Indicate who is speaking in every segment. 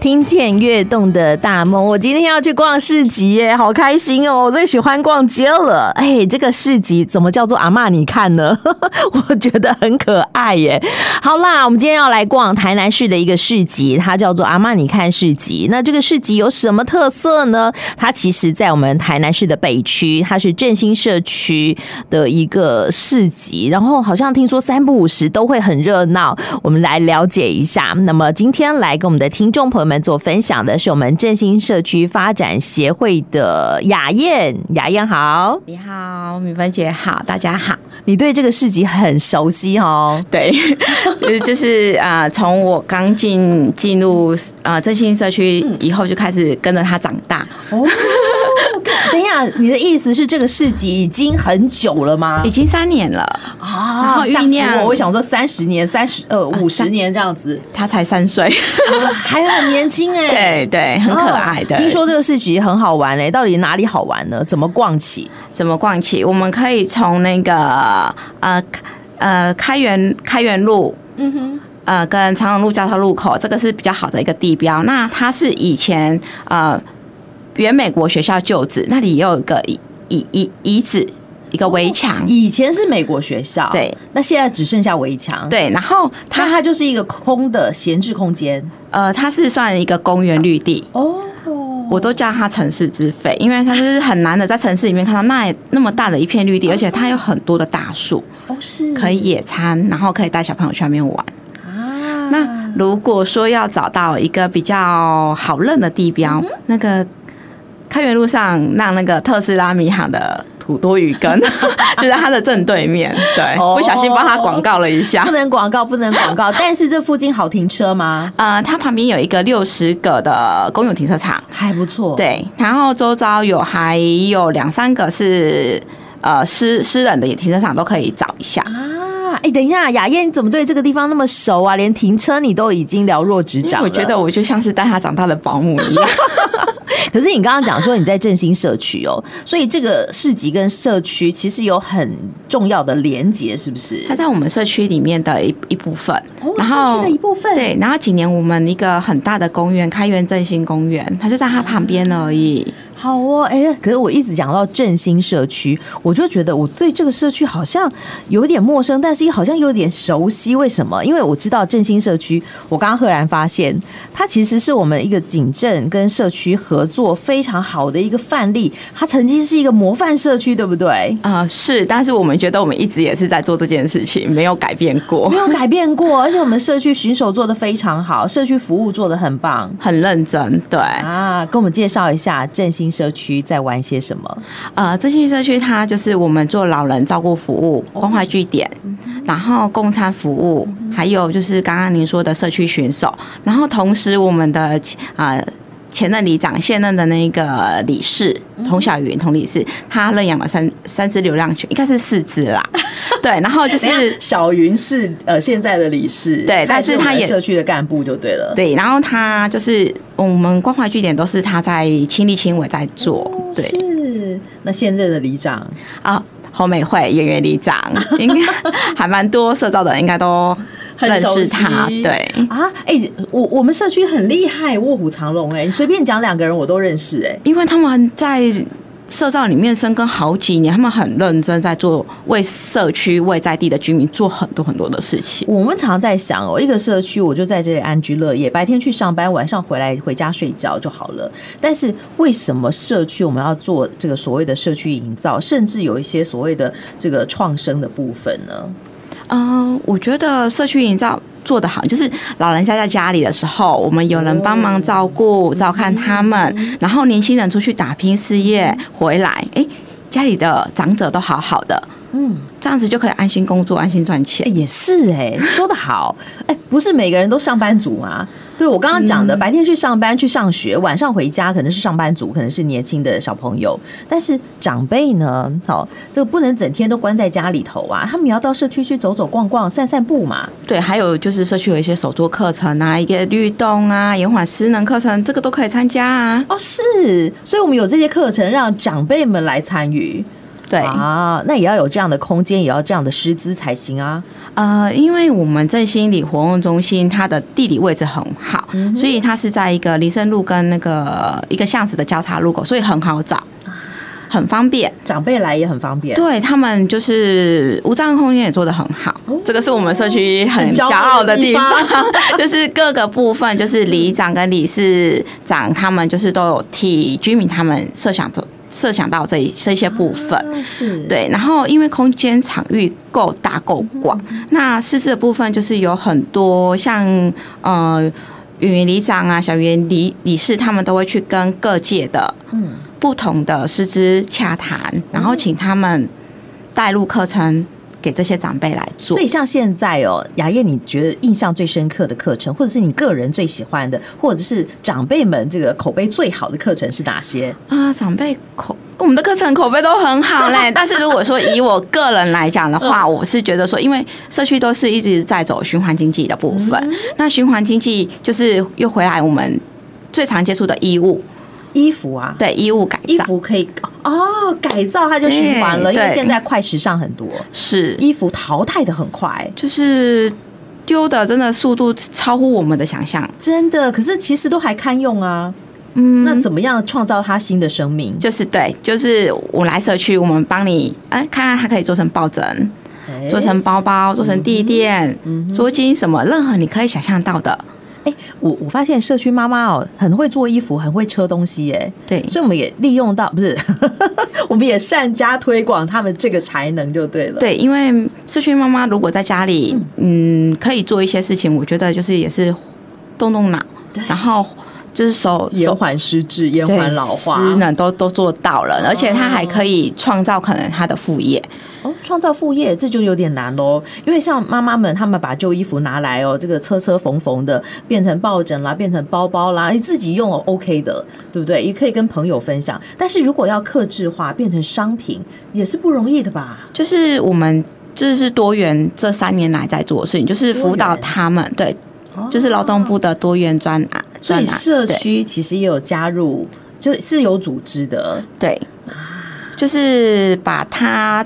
Speaker 1: 听见跃动的大梦，我今天要去逛市集耶，好开心哦！我最喜欢逛街了。哎，这个市集怎么叫做阿嬷你看呢？ 我觉得很可爱耶。好啦，我们今天要来逛台南市的一个市集，它叫做阿嬷你看市集。那这个市集有什么特色呢？它其实在我们台南市的北区，它是振兴社区的一个市集，然后好像听说三不五时都会很热闹。我们来了解一下。那么今天来跟我们的听众朋友们做分享的是我们振兴社区发展协会的雅燕，雅燕好，
Speaker 2: 你好，米芬姐好，大家好。
Speaker 1: 你对这个市集很熟悉哦。
Speaker 2: 对， 就是就是啊，从、我刚进进入啊振兴社区以后，就开始跟着他长大，
Speaker 1: 等一下，你的意思是这个市集已经很久了吗
Speaker 2: 已？经三年了，然
Speaker 1: 啊
Speaker 2: 后
Speaker 1: 吓
Speaker 2: 哎酝酿
Speaker 1: 死我！我想说三十年、三十呃五十年这样子，
Speaker 2: 他才三岁，
Speaker 1: 还很年轻哎、
Speaker 2: 对对，很可爱的。
Speaker 1: 哦听说这个市集很好玩哎、到底哪里好玩呢？怎么逛起？
Speaker 2: 怎么逛起？我们可以从那个呃呃开元开元路，
Speaker 1: 嗯哼，
Speaker 2: 呃，跟长荣路交叉路口，这个是比较好的一个地标。那它是以前呃原美国学校旧址，那里也有一个遗遗遗遗址，一个围墙。
Speaker 1: 哦以前是美国学校，
Speaker 2: 对，
Speaker 1: 那现在只剩下围墙，，
Speaker 2: 对，然后
Speaker 1: 它
Speaker 2: 它
Speaker 1: 它就是一个空的闲置空间
Speaker 2: 呃，它是算一个公园绿地，
Speaker 1: 哦。
Speaker 2: 我都叫它城市之肺，因为它就是很难的在城市里面看到那那么大的一片绿地，而且它有很多的大树，
Speaker 1: 哦是
Speaker 2: 可以野餐，然后可以带小朋友去那边玩。
Speaker 1: 啊，
Speaker 2: 那如果说要找到一个比较好认的地标，
Speaker 1: 嗯
Speaker 2: 那个开元路上让那个特斯拉米行的土多鱼羹， 就在它的正对 面。对，
Speaker 1: 哦
Speaker 2: 不小心帮他广告了一下
Speaker 1: 不。能广告，不能广 告，但是这附近好停车吗？
Speaker 2: 呃，它旁边有一个六十个的公有停车场，
Speaker 1: 还不错，，
Speaker 2: 对，然后周遭有还有两三个是呃私私人的停车场，都可以找一下。
Speaker 1: 啊，哎、等一下，雅燕，你怎么对这个地方那么熟啊？连停车你都已经了若指
Speaker 2: 因为
Speaker 1: 掌了。
Speaker 2: 我觉得，我就像是带他长大的保姆 一样。
Speaker 1: 可是你刚刚讲说你在振兴社区哦，所以这个市集跟社区其实有很重要的连结，是不是
Speaker 2: 它？在我们社区里面的一一部分，
Speaker 1: 哦
Speaker 2: 然后
Speaker 1: 社区的一部分
Speaker 2: 对，然后几年我们一个很大的公园——开元振兴公园，它就在它旁边而已。
Speaker 1: 好哦，哎、可是我一直讲到振兴社区，我就觉得我对这个社区好像有点陌生，但是又好像有点熟悉。为什么？因为我知道振兴社区，我刚刚赫然发现，它其实是我们一个警政跟社区合作非常好的一个范例。它曾经是一个模范社区，对不对？
Speaker 2: 呃，是，但是我们觉得我们一直也是在做这件事情，没有改变过
Speaker 1: 没，有改变过， 而且我们社区巡守做的非常好，社区服务做的很棒。
Speaker 2: 很认真。对，
Speaker 1: 啊，跟我们介绍一下振兴社区在玩些什么？
Speaker 2: 呃，振兴社区它就是我们做老人照顾服务、关怀据点，然后供餐服务，还有就是刚刚您说的社区巡守，然后同时我们的呃前任里长、现任的那个理事童小云、童理事，他认养了三三只流浪犬，应该是四只啦，对，然后就是。
Speaker 1: 哎小云是呃现在的理事，
Speaker 2: 对但是
Speaker 1: 她
Speaker 2: 她
Speaker 1: 也
Speaker 2: 也
Speaker 1: 社区的干部就对了。
Speaker 2: 对，然后他就是我们关怀据点都是他在亲力亲为在做，
Speaker 1: 哦
Speaker 2: 对，
Speaker 1: 是那现任的里长
Speaker 2: 啊，侯美惠、圆圆里长，应该还蛮多社招的人应该都
Speaker 1: 很
Speaker 2: 认
Speaker 1: 熟
Speaker 2: 识
Speaker 1: 悉
Speaker 2: 他。对，
Speaker 1: 啊，哎、我我们社区很厉害，卧虎藏龙哎、你随便讲两个人我都认识哎、
Speaker 2: 因为他们在社招里面深耕好几年，他们很认真在做为社区、为在地的居民做很多很多的事情。
Speaker 1: 我们常在想哦，一个社区我就在这里安居乐业，白天去上班，晚上回来回家睡觉就好了。但是为什么社区我们要做这个所谓的社区营造，甚至有一些所谓的这个创生的部分呢？
Speaker 2: 嗯、我觉得社区营造。做得好，就是老人家在家里的时候，我们有人帮忙照顾、照看他们，然后年轻人出去打拼事业回来，哎，家里的长者都好好的，
Speaker 1: 嗯，
Speaker 2: 这样子就可以安心工作、安心赚钱
Speaker 1: 哎。也是哎、 说得好，哎、不是每个人都上班族啊。对我刚刚讲
Speaker 2: 嗯
Speaker 1: 的，白天去上班去上学，晚上回家可能是上班族，可能是年轻的小朋友，但是长辈呢，好、这个不能整天都关在家里头啊，他们也要到社区去走走逛逛、散散步嘛。
Speaker 2: 对，还有就是社区有一些手作课程啊，一个律动啊、延缓失能课程，这个都可以参加啊。
Speaker 1: 哦，是，所以我们有这些课程让长辈们来参与。
Speaker 2: 对，
Speaker 1: 啊，那也要有这样的空间，也要这样的师资才行啊。
Speaker 2: 呃，因为我们在心理活动中心，它的地理位置很好，所以它是在一个林森路跟那个一个巷子的交叉路口，所以很好找，很方便。
Speaker 1: 长辈来也很方便。
Speaker 2: 对他们就是无障碍空间也做得很好，这个是我们社区很骄傲的地方
Speaker 1: 很骄傲，
Speaker 2: 就是各个部分，就是里长跟理事长他们就是都有替居民他们设想的设想到这一这些部分。
Speaker 1: 啊是，
Speaker 2: 对，然后因为空间场域够大够广，那试事的部分就是有很多像呃云里长啊、小云理理事他们都会去跟各界的
Speaker 1: 嗯，
Speaker 2: 不同的师资洽谈，然后请他们带入课程给这些长辈来做
Speaker 1: 所。以像现在哦，雅燕，你觉得印象最深刻的课程，或者是你个人最喜欢的，或者是长辈们这个口碑最好的课程是哪些？
Speaker 2: 啊，长辈口我们的课程口碑都很 好嘞。但是如果说以我个人来讲的
Speaker 1: 嗯
Speaker 2: 话，我是觉得说，因为社区都是一直在走循环经济的部分，
Speaker 1: 嗯
Speaker 2: 那循环经济就是又回来我们最常接触的衣物，
Speaker 1: 衣服啊，
Speaker 2: 对衣物改
Speaker 1: 衣
Speaker 2: 造
Speaker 1: 服可以哦，改造它就循环了，
Speaker 2: 对
Speaker 1: 因为
Speaker 2: 对
Speaker 1: 现在快时尚很多，
Speaker 2: 是
Speaker 1: 衣服淘汰的很快。
Speaker 2: 就是丢的真的速度超乎我们的想象。
Speaker 1: 真的，可是其实都还堪用啊。
Speaker 2: 嗯，
Speaker 1: 那怎么样创造它新的生命？
Speaker 2: 就是对，就是我来社区，我们帮你哎看看它可以做成抱枕。
Speaker 1: 哎
Speaker 2: 做成包包，做成
Speaker 1: 嗯
Speaker 2: 地垫、桌巾什么，任何你可以想象到的。
Speaker 1: 哎、我我发现社区妈妈哦，很会做衣服，很会车东西耶。
Speaker 2: 对，
Speaker 1: 所以我们也利用到，不是， 我们也善加推广他们这个才能就对了。，
Speaker 2: 对，因为社区妈妈如果在家里，嗯，可以做一些事情，我觉得就是也是动动脑，然后就是手
Speaker 1: 延
Speaker 2: 手
Speaker 1: 缓失智，延
Speaker 2: 对
Speaker 1: 缓老化，
Speaker 2: 失能都都做到了，而且她还可以创造可能她的副业。
Speaker 1: 哦，创造副业这就有点难喽，因为像妈妈们，她们把旧衣服拿来哦，这个车车缝缝的，变成抱枕啦，变成包包啦，哎自己用哦，OK 的，对不对？也可以跟朋友分享。但是如果要克制化，变成商品，也是不容易的吧？
Speaker 2: 就是我们这是多元这三年来在做的事情，就是辅
Speaker 1: 多
Speaker 2: 导
Speaker 1: 元
Speaker 2: 他们，对，就是劳动部的多元专案，
Speaker 1: 哦所
Speaker 2: 专
Speaker 1: 以
Speaker 2: 案
Speaker 1: 社
Speaker 2: 对
Speaker 1: 区其实也有加入，就是有组织的，
Speaker 2: 对，就是把他，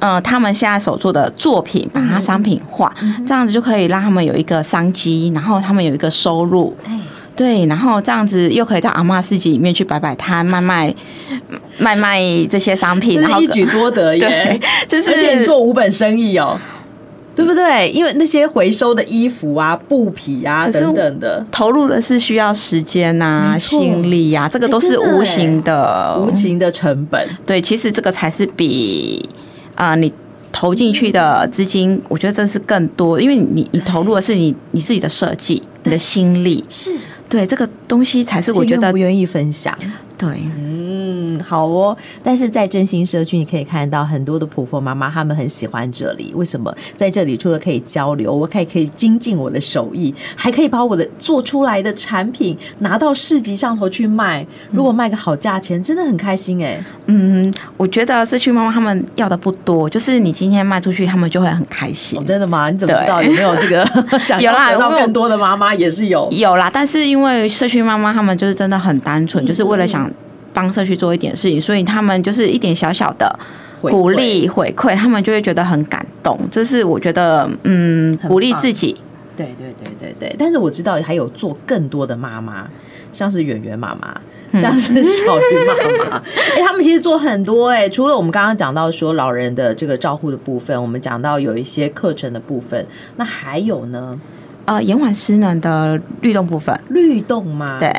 Speaker 2: 呃，他们现在手做的作品，把它商品化，
Speaker 1: 嗯
Speaker 2: 这样子就可以让他们有一个商机，然后他们有一个收入，
Speaker 1: 哎，
Speaker 2: 对，然后这样子又可以到阿嬷市集里面去摆摆摊，卖卖卖卖这些商品，
Speaker 1: 这
Speaker 2: 然后
Speaker 1: 是一举多 得耶
Speaker 2: 对。，就是
Speaker 1: 而且你做五本生意哦，对不对？因为那些回收的衣服啊、布匹啊
Speaker 2: 可是
Speaker 1: 等
Speaker 2: 我
Speaker 1: 等的，
Speaker 2: 投入的是需要时间呐、
Speaker 1: 没错
Speaker 2: 心力呀、这个都是
Speaker 1: 哎真的哎
Speaker 2: 无形的，
Speaker 1: 无形的成本。
Speaker 2: 对，其实这个才是比啊、呃你投进去的资金，我觉得这是更多，因为你你投入的是你你自己的设计、你的心力，
Speaker 1: 是，
Speaker 2: 对这个东西才是我觉得
Speaker 1: 不愿意分享。
Speaker 2: 对
Speaker 1: 嗯，好哦。但是在振兴社区，你可以看到很多的婆婆妈妈，她们很喜欢这里。为什么？在这里除了可以交流，我可以可以精进我的手艺，还可以把我的做出来的产品拿到市集上头去卖。如果卖个好价钱，真的很开心哎、
Speaker 2: 嗯，我觉得社区妈妈他们要的不多，就是你今天卖出去，他们就会很开心。
Speaker 1: 哦真的吗？你怎么知道
Speaker 2: 对
Speaker 1: 有没有这 个想
Speaker 2: 有啦
Speaker 1: 要得到
Speaker 2: 我有
Speaker 1: 更多的妈妈也是有。
Speaker 2: 有啦，但是因为社区妈妈他们就是真的很单纯，就是
Speaker 1: 嗯
Speaker 2: 为了想帮社区做一点事情，所以他们就是一点小小的
Speaker 1: 回馈
Speaker 2: 鼓励回馈，他们就会觉得很感动。这是我觉得，嗯，
Speaker 1: 棒
Speaker 2: 鼓励自己。
Speaker 1: 对对对对对，但是我知道还有做更多的妈妈，像是圆圆妈妈，
Speaker 2: 嗯
Speaker 1: 像是小鱼妈 妈，哎、他们其实做很多哎、除了我们刚刚讲到说老人的这个照护的部分，我们讲到有一些课程的部分，那还有呢，
Speaker 2: 呃，延缓失能的律动部分，
Speaker 1: 律动吗？
Speaker 2: 对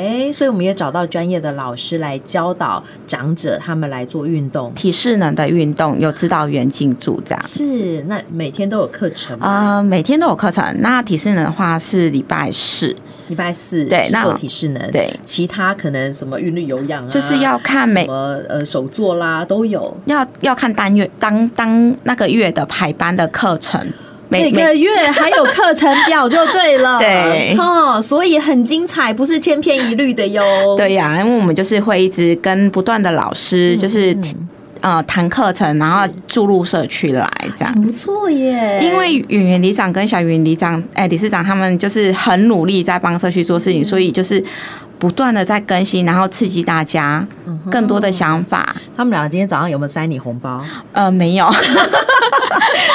Speaker 1: 哎、所以我们也找到专业的老师来教导长者他们来做运动。
Speaker 2: 体适能的运动有指导员进驻这样。
Speaker 1: 是，那每天都有课程吗？
Speaker 2: 呃，每天都有课程。那体适能的话是礼拜四，
Speaker 1: 礼拜四
Speaker 2: 对
Speaker 1: 是
Speaker 2: 那
Speaker 1: 做体适能，
Speaker 2: 对
Speaker 1: 其他可能什么韵律有氧啊，
Speaker 2: 就是要看每
Speaker 1: 什么呃手作啦都有。
Speaker 2: 要要看单月当当那个月的排班的课程，每
Speaker 1: 每个月还有课程表就对了，
Speaker 2: 对
Speaker 1: 哦，所以很精彩，不是千篇一律的哟。
Speaker 2: 对呀、因为我们就是会一直跟不断的老师，
Speaker 1: 嗯
Speaker 2: 就是、呃谈课程，然后注入社区来这样。
Speaker 1: 很不错耶，
Speaker 2: 因为演员里长跟小云里长，哎、理事长他们就是很努力在帮社区做事情，所以就是不断的在更新，然后刺激大家
Speaker 1: 哦
Speaker 2: 更多的想法。
Speaker 1: 嗯他们俩今天早上有没有塞你红包？
Speaker 2: 呃，没有，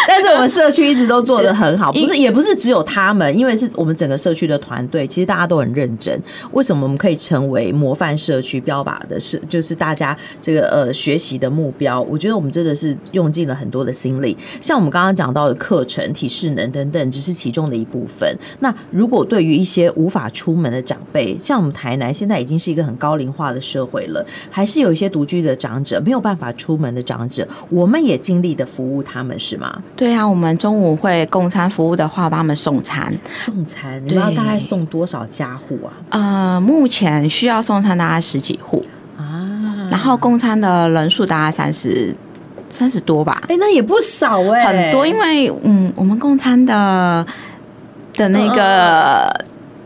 Speaker 1: 但是我们社区一直都做得很好，
Speaker 2: 就
Speaker 1: 不是也不是只有他们，因为是我们整个社区的团队，其实大家都很认真。为什么我们可以成为模范社区标靶的是，就是大家这个呃学习的目标？我觉得我们真的是用尽了很多的心力。像我们刚刚讲到的课程、体适能等等，只是其中的一部分。那如果对于一些无法出门的长辈，像我们台南现在已经是一个很高龄化的社会了，还是有一些独居的长者没有办法出门的长者，我们也尽力的服务他们，是吗？
Speaker 2: 对啊，我们中午会供餐服务的话，帮他们送餐。
Speaker 1: 送餐，你们要
Speaker 2: 对
Speaker 1: 大概送多少家户啊？
Speaker 2: 呃，目前需要送餐大概十几户，
Speaker 1: 啊，
Speaker 2: 然后供餐的人数大概三十三十多吧，
Speaker 1: 哎、那也不少哎、
Speaker 2: 很多。因为嗯，我们供餐的的那个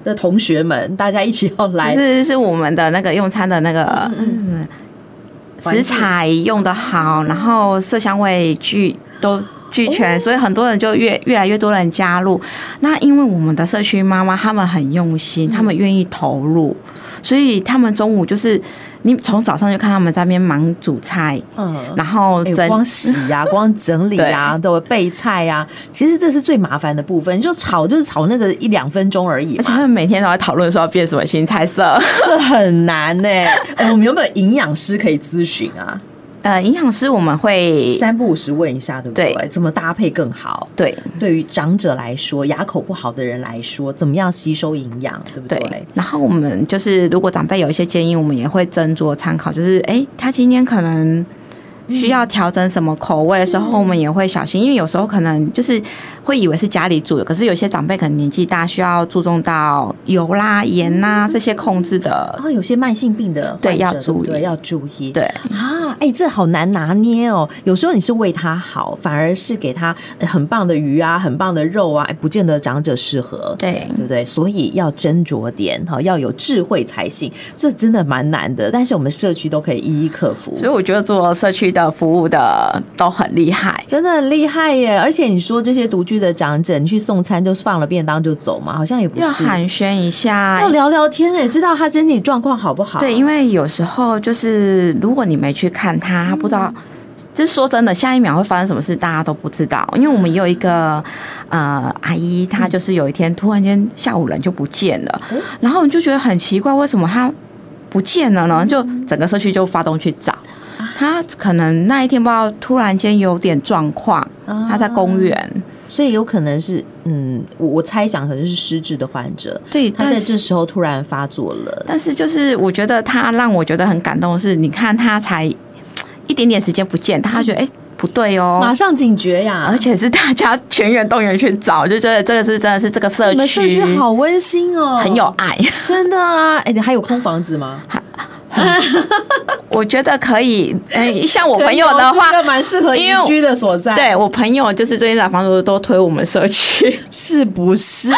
Speaker 1: 的同学们，大家一起要来
Speaker 2: 就，是是我们的那个用餐的那个
Speaker 1: 嗯环境
Speaker 2: 食材用的好，然后色香味俱都
Speaker 1: 哦
Speaker 2: 俱全，所以很多人就越越来越多人加入。那因为我们的社区妈妈她们很用心，她们
Speaker 1: 嗯
Speaker 2: 愿意投入，所以她们中午就是你从早上就看他们在那边忙煮菜，
Speaker 1: 嗯。
Speaker 2: 然后
Speaker 1: 哎、
Speaker 2: 整
Speaker 1: 光洗 呀、光整理呀、
Speaker 2: 对
Speaker 1: 都会备菜呀、其实这是最麻烦的部分，就炒就是炒那个一两分钟而已
Speaker 2: 而且
Speaker 1: 嘛，
Speaker 2: 他们每天都在讨论说要变什么新菜 色。
Speaker 1: 这很难呢、 哎我们有没有营养师可以咨询啊？
Speaker 2: 呃，营养师我们会
Speaker 1: 三不五时问一下，对不对？
Speaker 2: 对
Speaker 1: 怎么搭配更好？
Speaker 2: 对
Speaker 1: 对于长者来说，牙口不好的人来说，怎么样吸收营养，对不
Speaker 2: 对，然后我们就是如果长辈有一些建议，我们也会斟酌参考。就是哎，他今天可能需要调整什么口味的时候，我们也会小心，因为有时候可能就是会以为是家里煮的，可是有些长辈可能年纪大，需要注重到油啦、盐啦这些控制的
Speaker 1: 然。哦后有些慢性病的
Speaker 2: 对
Speaker 1: 患者
Speaker 2: 要
Speaker 1: 对
Speaker 2: 注
Speaker 1: 不对
Speaker 2: 意
Speaker 1: 要注意。
Speaker 2: 对，
Speaker 1: 啊，哎、这好难拿捏哦。有时候你是为他好，反而是给他呃很棒的鱼啊，很棒的肉啊，哎，不见得长者适合。
Speaker 2: 对
Speaker 1: 对不对？所以要斟酌点哈，要有智慧才行。这真的蛮难的，但是我们社区都可以一一克服。
Speaker 2: 所以我觉得做社区的服务的都很厉害。
Speaker 1: 真的很厉害耶！而且你说这些独居的长者，你去送餐就放了便当就走嘛，好像也不
Speaker 2: 要
Speaker 1: 是，
Speaker 2: 寒暄一下，
Speaker 1: 要聊聊天哎，知道他身体状况好不好？
Speaker 2: 对，因为有时候就是如果你没去看他，他不知
Speaker 1: 嗯
Speaker 2: 道。这说真的，下一秒会发生什么事，大家都不知道。因为我们也有一个呃阿姨，她就是有一天突然间下午人就不见了，
Speaker 1: 嗯哦
Speaker 2: 然后你就觉得很奇怪，为什么她不见了
Speaker 1: 嗯
Speaker 2: 呢？就整个社区就发动去找。
Speaker 1: 啊
Speaker 2: 她可能那一天不知道突然间有点状况，
Speaker 1: 啊
Speaker 2: 她在公园，
Speaker 1: 所以有可能是，嗯，我我猜想可能是失智的患者，
Speaker 2: 对，
Speaker 1: 他
Speaker 2: 但
Speaker 1: 在这
Speaker 2: 是
Speaker 1: 时候突然发作了，
Speaker 2: 但是就是我觉得他让我觉得很感动的是，你看他才一点点时间不见，他觉得哎、诶不对
Speaker 1: 马
Speaker 2: 哦，哎
Speaker 1: 上警觉呀
Speaker 2: 而！且是大家全员动员去找，就觉得这个是真的是嗯这个社
Speaker 1: 你们社
Speaker 2: 区
Speaker 1: 区好温馨哦，
Speaker 2: 很有爱，
Speaker 1: 真的啊！哎，你还有空房子吗？
Speaker 2: 我觉得可以。嗯，像 我朋友的话
Speaker 1: 可以哦是。个蛮适合宜居的所在，，
Speaker 2: 对我朋友就是最近找房主都推我们社区，
Speaker 1: 是不是？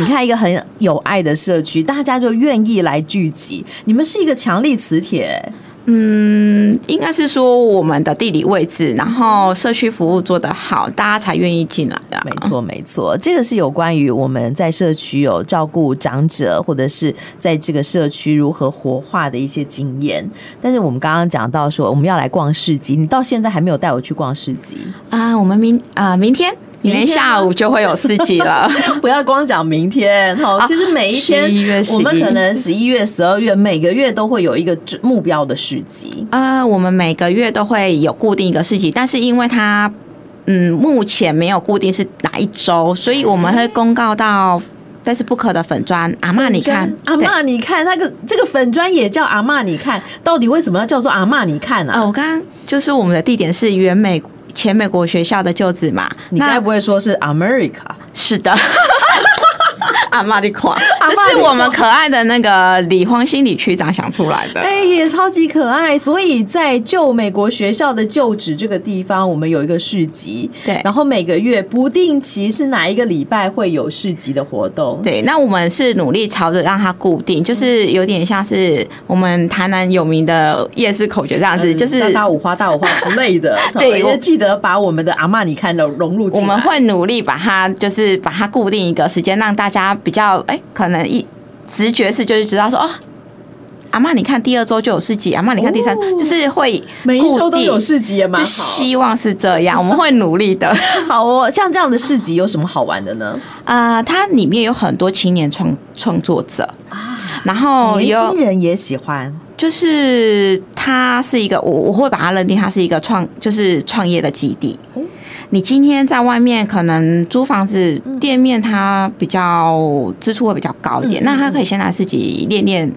Speaker 1: 你看一个很有爱的社区，大家就愿意来聚集，你们是一个强力磁铁，
Speaker 2: 嗯，应该是说我们的地理位置，然后社区服务做得好，大家才愿意进来的。
Speaker 1: 没错，没错，这个是有关于我们在社区有照顾长者，或者是在这个社区如何活化的一些经验。但是我们刚刚讲到说，我们要来逛市集，你到现在还没有带我去逛市集，
Speaker 2: 啊、我们明啊、明天明
Speaker 1: 明天
Speaker 2: 天下午就会有四集了。
Speaker 1: 不要光讲明天哈。其实每一天，
Speaker 2: 11月11
Speaker 1: 我们可能十一月、十二月，每个月都会有一个目标的市集。
Speaker 2: 呃，我们每个月都会有固定一个市集，但是因为它嗯目前没有固定是哪一周，所以我们会公告到 Facebook 的粉砖阿嬷你看，
Speaker 1: 阿
Speaker 2: 对
Speaker 1: 嬷，你看那个这个粉砖也叫阿嬷，你看到底为什么要叫做阿嬷？你看
Speaker 2: 呃，
Speaker 1: 啊？
Speaker 2: 我刚刚就是我们的地点是原美前美国学校的旧址嘛，
Speaker 1: 你该
Speaker 2: 那
Speaker 1: 不会说是 America？
Speaker 2: 是的。阿嬷你 看，
Speaker 1: 阿嬷你看
Speaker 2: 这是我们可爱的那个李荒心理区长想出来的。
Speaker 1: 哎，也超级可爱。所以在旧美国学校的旧址这个地方，我们有一个市集，
Speaker 2: 对
Speaker 1: 然后每个月不定期是哪一个礼拜会有市集的活动，，
Speaker 2: 对，那我们是努力朝着让它固定，就是有点像是我们台南有名的夜市口诀这样子，就是
Speaker 1: 呃大大五花、大五花之类的。 呃
Speaker 2: 对
Speaker 1: 也
Speaker 2: 我
Speaker 1: 记得把我们的阿玛尼看融融入
Speaker 2: 我
Speaker 1: 进来。
Speaker 2: 们会努力把它就是把它固定一个时间，让大家比较哎、可能一直觉是就是知道说哦。阿妈，你看第二周就有市集，阿妈你看第三，
Speaker 1: 哦
Speaker 2: 就是会
Speaker 1: 每一周
Speaker 2: 固
Speaker 1: 都
Speaker 2: 定
Speaker 1: 有市集也蛮
Speaker 2: 就
Speaker 1: 好。
Speaker 2: 希望是这样，我们会努 力的。
Speaker 1: 好哦，像这样的市集有什么好玩的呢？
Speaker 2: 啊，它里面有很多青年创创作者，
Speaker 1: 啊，
Speaker 2: 然后
Speaker 1: 年
Speaker 2: 哦有
Speaker 1: 轻人也喜欢
Speaker 2: 就是它是一个，我我会把它认定它是一个创，就是创业的基地
Speaker 1: 哦。
Speaker 2: 你今天在外面可能租房子
Speaker 1: 嗯
Speaker 2: 店面，它比较支出会比较高一点，
Speaker 1: 嗯
Speaker 2: 那它可以先来自己练练，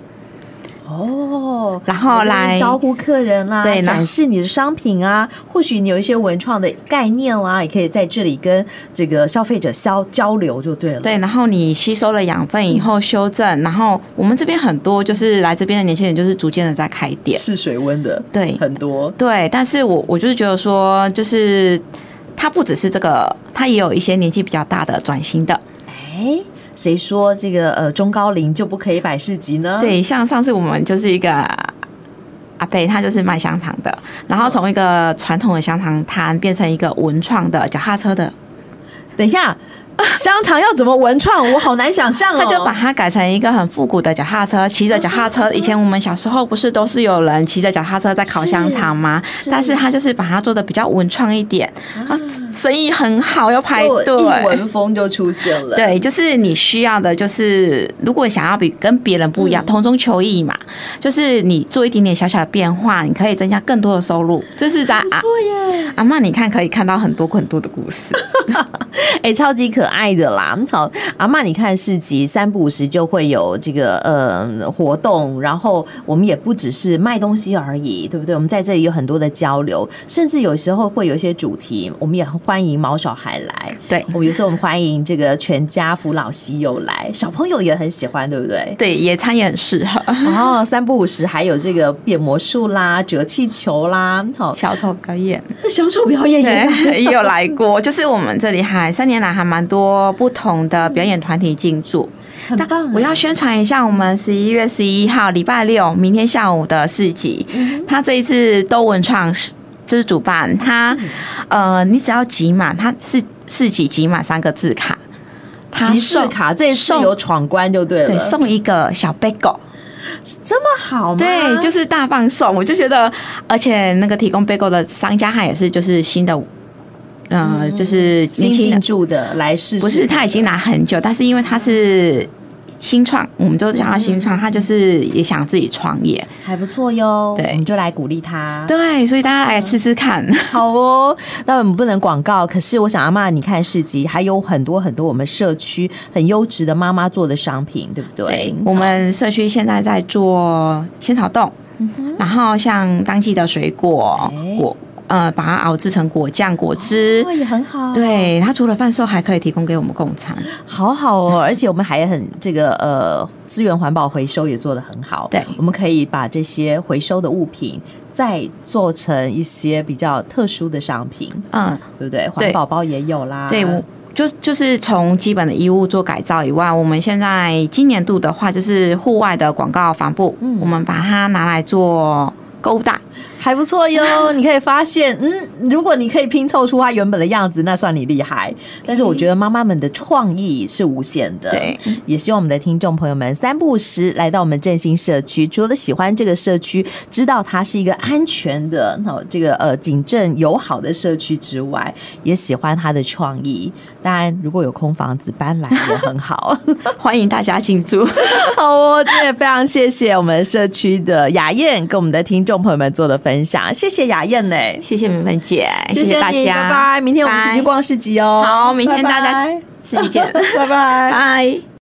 Speaker 1: 哦。
Speaker 2: 然后来
Speaker 1: 招呼客人啦，
Speaker 2: 对那
Speaker 1: 展示你的商品啊，或许你有一些文创的概念啦，也可以在这里跟这个消费者交交流就对了。
Speaker 2: 对，然后你吸收了养分以后修正，然后我们这边很多就是来这边的年轻人，就是逐渐的在开店，
Speaker 1: 试水温的，
Speaker 2: 对
Speaker 1: 很多
Speaker 2: 对，但是我我就是觉得说，就是他不只是这个，他也有一些年纪比较大的转型的，
Speaker 1: 哎，谁说这个呃中高龄就不可以摆市集呢？，
Speaker 2: 对，像上次我们就是一个阿贝，他就是卖香肠的，然后从一个传统的香肠摊变成一个文创的脚踏车的，
Speaker 1: 等一下， 香肠要怎么文创？我好难想象哦。嗯
Speaker 2: 他就把它改成一个很复古的脚踏车，骑着脚踏车。以前我们小时候不是都是有人骑着脚踏车在烤香肠吗？
Speaker 1: 是
Speaker 2: 但是他就是把它做的比较文创一点，啊，生意很好，要排
Speaker 1: 就英
Speaker 2: 队。
Speaker 1: 文风就出现了。，
Speaker 2: 对，就是你需要的，就是如果想要比跟别人不一样，同中求异嘛，就是你做一点点小小的变化，你可以增加更多的收入。这是在
Speaker 1: 不
Speaker 2: 阿
Speaker 1: 错耶。
Speaker 2: 阿妈，你看可以看到很多很多的故 事。
Speaker 1: 哎、超级可爱的啦！好，阿妈，你看市集三不五时就会有这个呃活动，然后我们也不只是卖东西而已，对不对？我们在这里有很多的交流，甚至有时候会有一些主题，我们也很欢迎毛小孩来。
Speaker 2: 对
Speaker 1: 我有时候我们欢迎这个全家福老西友来，小朋友也很喜欢，对不对？
Speaker 2: 对，野餐也很适合。
Speaker 1: 然后三不五时还有这个变魔术啦、折气球啦，好，
Speaker 2: 小丑表演，
Speaker 1: 小丑表演也来
Speaker 2: 对，也有来过。就是我们这里还三年来还蛮多不同的表演团体进驻。
Speaker 1: 很棒哎。
Speaker 2: 我要宣传一下，我们十一月十一号礼拜六，明天下午的市集，
Speaker 1: 嗯
Speaker 2: 他这一次都文创是就是主办，他呃，你只要集满，他是市集集满三个字卡，他
Speaker 1: 集市
Speaker 2: 送
Speaker 1: 卡这一次
Speaker 2: 送
Speaker 1: 有闯关就对了，
Speaker 2: 对送一个小 bagel，
Speaker 1: 这么好吗？
Speaker 2: 对，就是是大放送，我就觉得，而且那个提供 bagel 的商家他也是就是新的，呃，就是
Speaker 1: 嗯新
Speaker 2: 年轻
Speaker 1: 进
Speaker 2: 人，
Speaker 1: 驻的来试试，
Speaker 2: 不是他已经拿很久，但是因为他是。新创，我们就讲到新
Speaker 1: 嗯
Speaker 2: 创，他就是也想自己创业，
Speaker 1: 还不错哟，
Speaker 2: 对
Speaker 1: 我们就来鼓励他。
Speaker 2: 对，所以大家来吃吃看。
Speaker 1: 好哦，那我们不能广告，可是我想阿妈，你看市集还有很多很多我们社区很优质的妈妈做的商品，对不对？
Speaker 2: 对，我们社区现在在做仙草冻，然后像当季的水果
Speaker 1: 嗯哎
Speaker 2: 果，呃，把它熬制成果酱、果汁
Speaker 1: 哦。也很好，，
Speaker 2: 对，它除了贩售，还可以提供给我们供餐。
Speaker 1: 好好哦，而且我们还很这个呃资源环保回收也做得很好，
Speaker 2: 对
Speaker 1: 我们可以把这些回收的物品再做成一些比较特殊的商品，
Speaker 2: 嗯，
Speaker 1: 对不对？环保包也有啦，
Speaker 2: 对，我就就是从基本的衣物做改造以外，我们现在今年度的话，就是户外的广告帆布，
Speaker 1: 嗯啊
Speaker 2: 我们把它拿来做购物袋。
Speaker 1: 还不错哟。你可以发现，嗯，如果你可以拼凑出它原本的样子，那算你厉害。但是我觉得妈妈们的创意是无限的，
Speaker 2: 对，
Speaker 1: 也希望我们的听众朋友们三不五时来到我们振兴社区，除了喜欢这个社区，知道它是一个安全的、那这个呃警政友好的社区之外，也喜欢它的创意。当然，如果有空房子搬来也很好。
Speaker 2: 欢迎大家进驻。
Speaker 1: 好哦，今天也非常谢谢我们社区的雅燕跟我们的听众朋友们做的分享，谢谢雅燕呢、
Speaker 2: 谢谢明芬姐，
Speaker 1: 谢
Speaker 2: 大
Speaker 1: 你
Speaker 2: 家，
Speaker 1: 拜拜。明天我们一起去
Speaker 2: 拜
Speaker 1: 逛市集哦。
Speaker 2: 好明天大家
Speaker 1: 拜拜
Speaker 2: 自己见，
Speaker 1: 拜拜。
Speaker 2: 拜。